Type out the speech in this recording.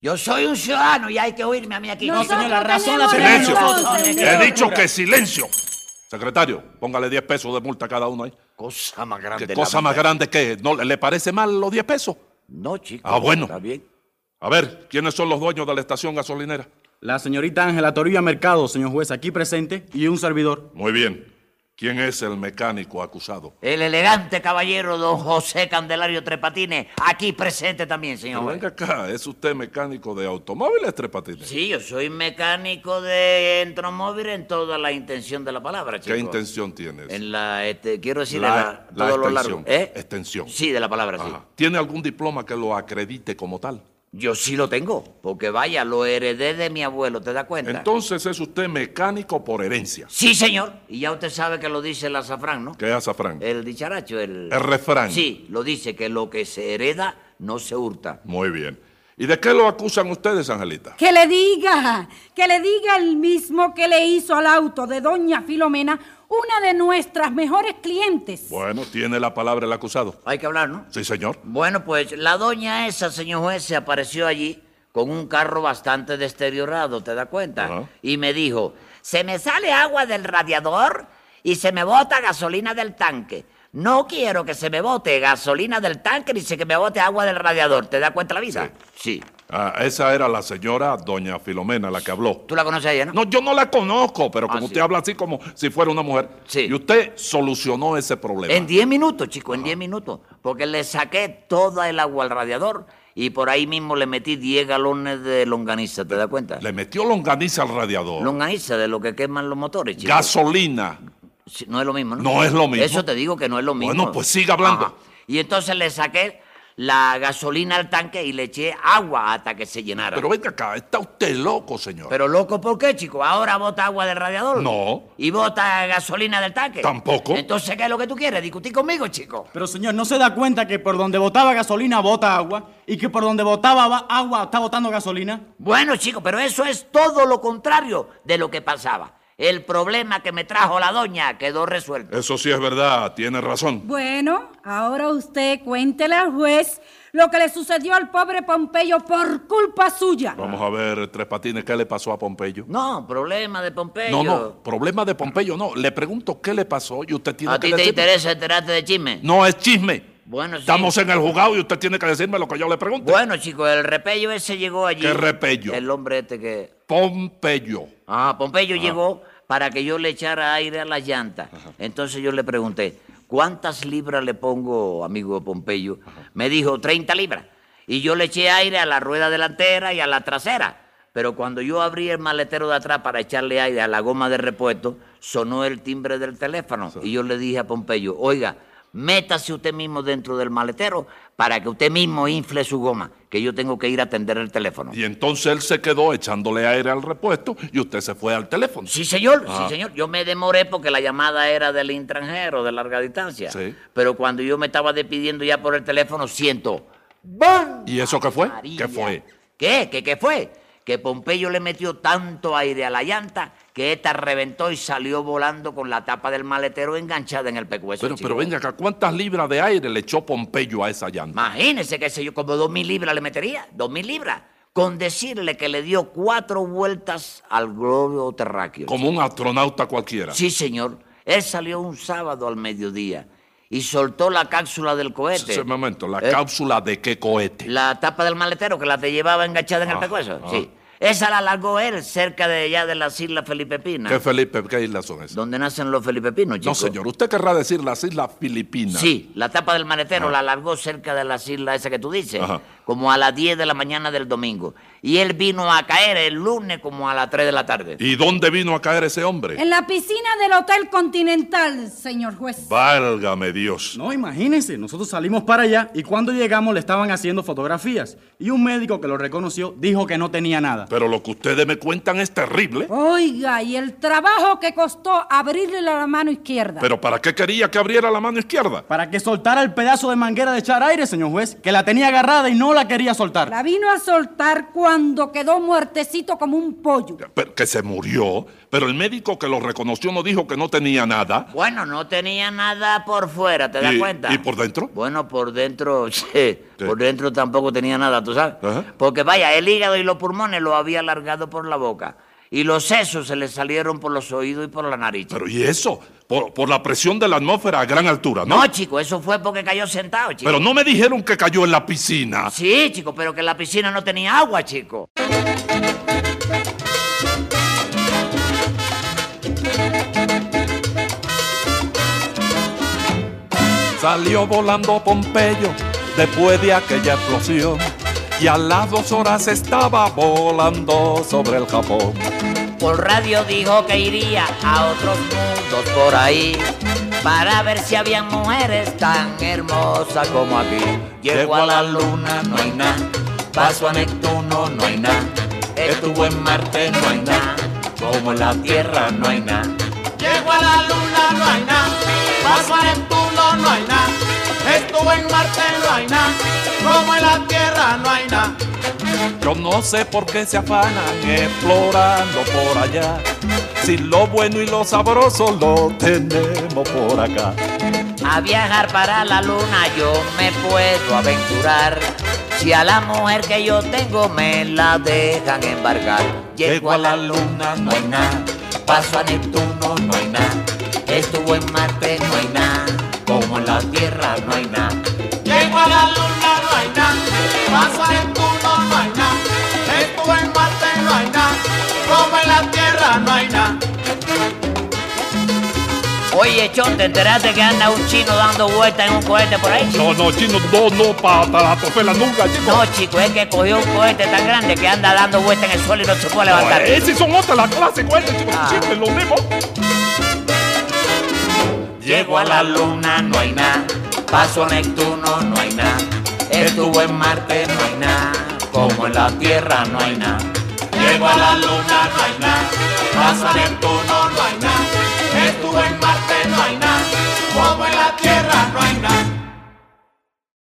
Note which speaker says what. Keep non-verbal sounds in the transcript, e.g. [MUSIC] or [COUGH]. Speaker 1: Yo soy un ciudadano y hay que oírme a mí aquí.
Speaker 2: No, señor, la razón la
Speaker 3: tenemos
Speaker 2: tenemos
Speaker 3: Silencio.
Speaker 2: nosotros,
Speaker 3: He
Speaker 2: señor.
Speaker 3: He dicho que silencio. Secretario, póngale 10 pesos de multa a cada uno ahí.
Speaker 1: Cosa más grande.
Speaker 3: ¿Qué
Speaker 1: la
Speaker 3: cosa más
Speaker 1: vida.
Speaker 3: grande que es? ¿No le- le parece mal los 10 pesos?
Speaker 1: No, chico.
Speaker 3: Ah, bueno.
Speaker 1: Está bien.
Speaker 3: A ver, ¿quiénes son los dueños de la estación gasolinera?
Speaker 2: La señorita Ángela Toribia Mercado, señor juez, aquí presente, y un servidor.
Speaker 3: Muy bien. ¿Quién es el mecánico acusado?
Speaker 1: El elegante caballero don José Candelario Trepatines, aquí presente también, señor.
Speaker 3: Pero
Speaker 1: juez.
Speaker 3: venga acá, ¿es usted mecánico de automóviles, Tres Patines?
Speaker 1: Sí, yo soy mecánico de entromóvil en toda la intención de la palabra,
Speaker 3: ¿Qué
Speaker 1: chico.
Speaker 3: intención tienes?
Speaker 1: En la, este, quiero decir, en
Speaker 3: La-
Speaker 1: la,
Speaker 3: la
Speaker 1: todo lo largo.
Speaker 3: extensión.
Speaker 1: ¿Eh?
Speaker 3: Extensión.
Speaker 1: Sí, de la palabra, sí.
Speaker 3: Ajá. ¿Tiene algún diploma que lo acredite como tal?
Speaker 1: Yo sí lo tengo, porque vaya, lo heredé de mi abuelo, ¿te das cuenta?
Speaker 3: Entonces es usted mecánico por herencia.
Speaker 1: Sí, señor. Y ya usted sabe que lo dice el azafrán, ¿no?
Speaker 3: ¿Qué es azafrán?
Speaker 1: El dicharacho, el...
Speaker 3: El refrán.
Speaker 1: Sí, lo dice, que lo que se hereda no se hurta.
Speaker 3: Muy bien. ¿Y de qué lo acusan ustedes, Angelita?
Speaker 4: Que le diga, que le diga el mismo que le hizo al auto de doña Filomena, una de nuestras mejores clientes.
Speaker 3: Bueno, tiene la palabra el acusado.
Speaker 1: Hay que hablar, ¿no?
Speaker 3: Sí, señor.
Speaker 1: Bueno, pues la doña esa, señor juez, se apareció allí con un carro bastante deteriorado, ¿te das cuenta?
Speaker 3: Ajá.
Speaker 1: Y me dijo, se me sale agua del radiador y se me bota gasolina del tanque. No quiero que se me bote gasolina del tanque ni se que me bote agua del radiador. ¿Te das cuenta la vida? Sí.
Speaker 3: Ah, esa era la señora doña Filomena, la que habló.
Speaker 1: ¿Tú la conoces a ella, no?
Speaker 3: No, yo no la conozco, pero como
Speaker 1: Ah, sí.
Speaker 3: usted habla así como si fuera una mujer.
Speaker 1: Sí.
Speaker 3: Y usted solucionó ese problema.
Speaker 1: En 10 minutos, chico, en 10 minutos. Porque le saqué toda el agua al radiador y por ahí mismo le metí 10 galones de longaniza, ¿te das cuenta?
Speaker 3: Le metió longaniza al radiador.
Speaker 1: Longaniza de lo que queman los motores, chico.
Speaker 3: Gasolina.
Speaker 1: Sí, No es lo mismo, ¿no?
Speaker 3: No es lo mismo.
Speaker 1: Eso te digo que no es lo mismo.
Speaker 3: Bueno, pues siga hablando.
Speaker 1: Y entonces le saqué la gasolina al tanque y le eché agua hasta que se llenara.
Speaker 3: Pero venga acá, está usted loco, señor.
Speaker 1: Pero loco, ¿por qué, chico? ¿Ahora bota agua del radiador?
Speaker 3: No.
Speaker 1: ¿Y bota gasolina del tanque?
Speaker 3: Tampoco.
Speaker 1: Entonces, ¿qué es lo que tú quieres? ¿Discutir conmigo, chico?
Speaker 2: Pero señor, ¿no se da cuenta que por donde botaba gasolina bota agua y que por donde botaba va- agua está botando gasolina?
Speaker 1: Bueno, chico, pero eso es todo lo contrario de lo que pasaba. El problema que me trajo la doña quedó resuelto.
Speaker 3: Eso sí es verdad, tiene razón.
Speaker 4: Bueno, ahora usted cuéntele al juez lo que le sucedió al pobre Pompeyo por culpa suya.
Speaker 3: Vamos a ver, Tres Patines, ¿qué le pasó a Pompeyo?
Speaker 1: No, problema de Pompeyo.
Speaker 3: No, no, problema de Pompeyo, no. Le pregunto qué le pasó y usted tiene
Speaker 1: ¿A
Speaker 3: que
Speaker 1: ti te
Speaker 3: decirme.
Speaker 1: interesa enterarte de chisme?
Speaker 3: No es chisme.
Speaker 1: Bueno, sí.
Speaker 3: Estamos en el juzgado y usted tiene que decirme lo que yo le pregunte.
Speaker 1: Bueno, chicos, el repello ese llegó allí.
Speaker 3: ¿Qué repello?
Speaker 1: El hombre este que.
Speaker 3: Pompeyo.
Speaker 1: Ah, Pompeyo llegó para que yo le echara aire a las llantas. Entonces yo le pregunté, ¿cuántas libras le pongo, amigo Pompeyo? Me dijo, 30 libras. Y yo le eché aire a la rueda delantera y a la trasera. Pero cuando yo abrí el maletero de atrás para echarle aire a la goma de repuesto, sonó el timbre del teléfono. Y yo le dije a Pompeyo, oiga, métase usted mismo dentro del maletero para que usted mismo infle su goma, que yo tengo que ir a atender el teléfono.
Speaker 3: Y entonces él se quedó echándole aire al repuesto y usted se fue al teléfono.
Speaker 1: Sí, señor,
Speaker 3: Ajá.
Speaker 1: sí, señor. Yo me demoré porque la llamada era del extranjero, de larga distancia.
Speaker 3: Sí.
Speaker 1: Pero cuando yo me estaba despidiendo ya por el teléfono, siento.
Speaker 3: ¿Y eso ¿Eh? qué fue?
Speaker 1: María.
Speaker 3: ¿Qué fue?
Speaker 1: ¿Qué? ¿Qué, qué fue? Que Pompeyo le metió tanto aire a la llanta que ésta reventó y salió volando con la tapa del maletero enganchada en el pecueso.
Speaker 3: Pero,
Speaker 1: chico.
Speaker 3: pero venga acá, ¿cuántas libras de aire le echó Pompeyo a esa llanta?
Speaker 1: Imagínese, qué sé yo, como dos mil libras le metería, dos mil libras. Con decirle que le dio cuatro vueltas al globo terráqueo.
Speaker 3: Como un astronauta cualquiera.
Speaker 1: Sí, señor. Él salió un sábado al mediodía y soltó la cápsula del cohete.
Speaker 3: Ese momento, ¿la
Speaker 1: Eh,
Speaker 3: cápsula de qué cohete?
Speaker 1: La tapa del maletero que la te llevaba enganchada en el
Speaker 3: Ah,
Speaker 1: pecueso.
Speaker 3: ah.
Speaker 1: Sí. Esa la largó él cerca de allá de las Islas Felipe Pina.
Speaker 3: ¿Qué Felipe, qué islas son esas?
Speaker 1: Donde nacen los felipepinos,
Speaker 3: No,
Speaker 1: chicos.
Speaker 3: señor, usted querrá decir las islas filipinas.
Speaker 1: Sí, la tapa del maletero la largó cerca de las islas esa que tú dices,
Speaker 3: Ah. Ajá.
Speaker 1: como a las 10 de la mañana del domingo. Y él vino a caer el lunes como a las 3 de la tarde.
Speaker 3: ¿Y dónde vino a caer ese hombre?
Speaker 4: En la piscina del Hotel Continental, señor juez.
Speaker 3: Válgame Dios.
Speaker 2: No, imagínense, nosotros salimos para allá y cuando llegamos le estaban haciendo fotografías y un médico que lo reconoció dijo que no tenía nada.
Speaker 3: Pero lo que ustedes me cuentan es terrible.
Speaker 4: Oiga, y el trabajo que costó abrirle la mano izquierda.
Speaker 3: ¿Pero para qué quería que abriera la mano izquierda?
Speaker 2: Para que soltara el pedazo de manguera de echar aire, señor juez, que la tenía agarrada y no la la quería soltar.
Speaker 4: La vino a soltar cuando quedó muertecito como un pollo.
Speaker 3: Pero que se murió, pero el médico que lo reconoció no dijo que no tenía nada.
Speaker 1: Bueno, no tenía nada por fuera, ¿te das
Speaker 3: ¿Y-
Speaker 1: cuenta?
Speaker 3: y por dentro?
Speaker 1: Bueno, por dentro, [LAUGHS] sí, por dentro tampoco tenía nada, ¿tú sabes?
Speaker 3: Ajá.
Speaker 1: Porque vaya, el hígado y los pulmones lo había alargado por la boca. Y los sesos se le salieron por los oídos y por la nariz.
Speaker 3: Pero ¿y eso? Por, por la presión de la atmósfera a gran altura, ¿no?
Speaker 1: no, chico, eso fue porque cayó sentado, chico.
Speaker 3: Pero no me dijeron que cayó en la piscina.
Speaker 1: Sí, chico, pero que la piscina no tenía agua, chico.
Speaker 5: Salió volando Pompeyo después de aquella explosión y a las dos horas estaba volando sobre el Japón.
Speaker 1: Por radio dijo que iría a otros mundos por ahí para ver si había mujeres tan hermosas como aquí. Llegó a la luna, no hay nada. Paso a Neptuno, no hay nada. Estuvo en Marte, no hay nada. Como en la Tierra, no hay nada.
Speaker 6: Llego a la luna, no hay nada. Paso a Neptuno, no hay nada. Estuve en Marte, no hay nada. Como en la Tierra, no hay nada.
Speaker 5: Yo no sé por qué se afanan explorando por allá, si lo bueno y lo sabroso lo tenemos por acá.
Speaker 1: A viajar para la luna yo me puedo aventurar. Si a la mujer que yo tengo me la dejan embarcar. Llego a la luna, no hay nada. Paso a Neptuno, no hay nada. Estuvo en Marte, no hay nada. Como en la Tierra, no hay nada.
Speaker 6: Llego a la luna, no hay nada. Paso a Neptuno, no hay nada. Estuve en Marte, no hay nada. Como en la Tierra, no hay nada.
Speaker 1: Oye, Chon, ¿te enteraste que anda un chino dando vueltas en un cohete por ahí?
Speaker 3: No, no, chino, no, no, para la la nunca, chico.
Speaker 1: No, chico, es que cogió un cohete tan grande que anda dando vueltas en el suelo y no se puede
Speaker 3: No,
Speaker 1: levantar.
Speaker 3: ese son otras las clases, cuenta, chico,
Speaker 1: Ah.
Speaker 3: siempre lo mismo.
Speaker 1: Llego a la luna, no hay nada. Paso a Neptuno, no hay nada. Estuvo en Marte, no hay nada. Como en la Tierra, no hay nada.
Speaker 6: Llego a la luna, no hay nada. Paso a Neptuno, no hay nada.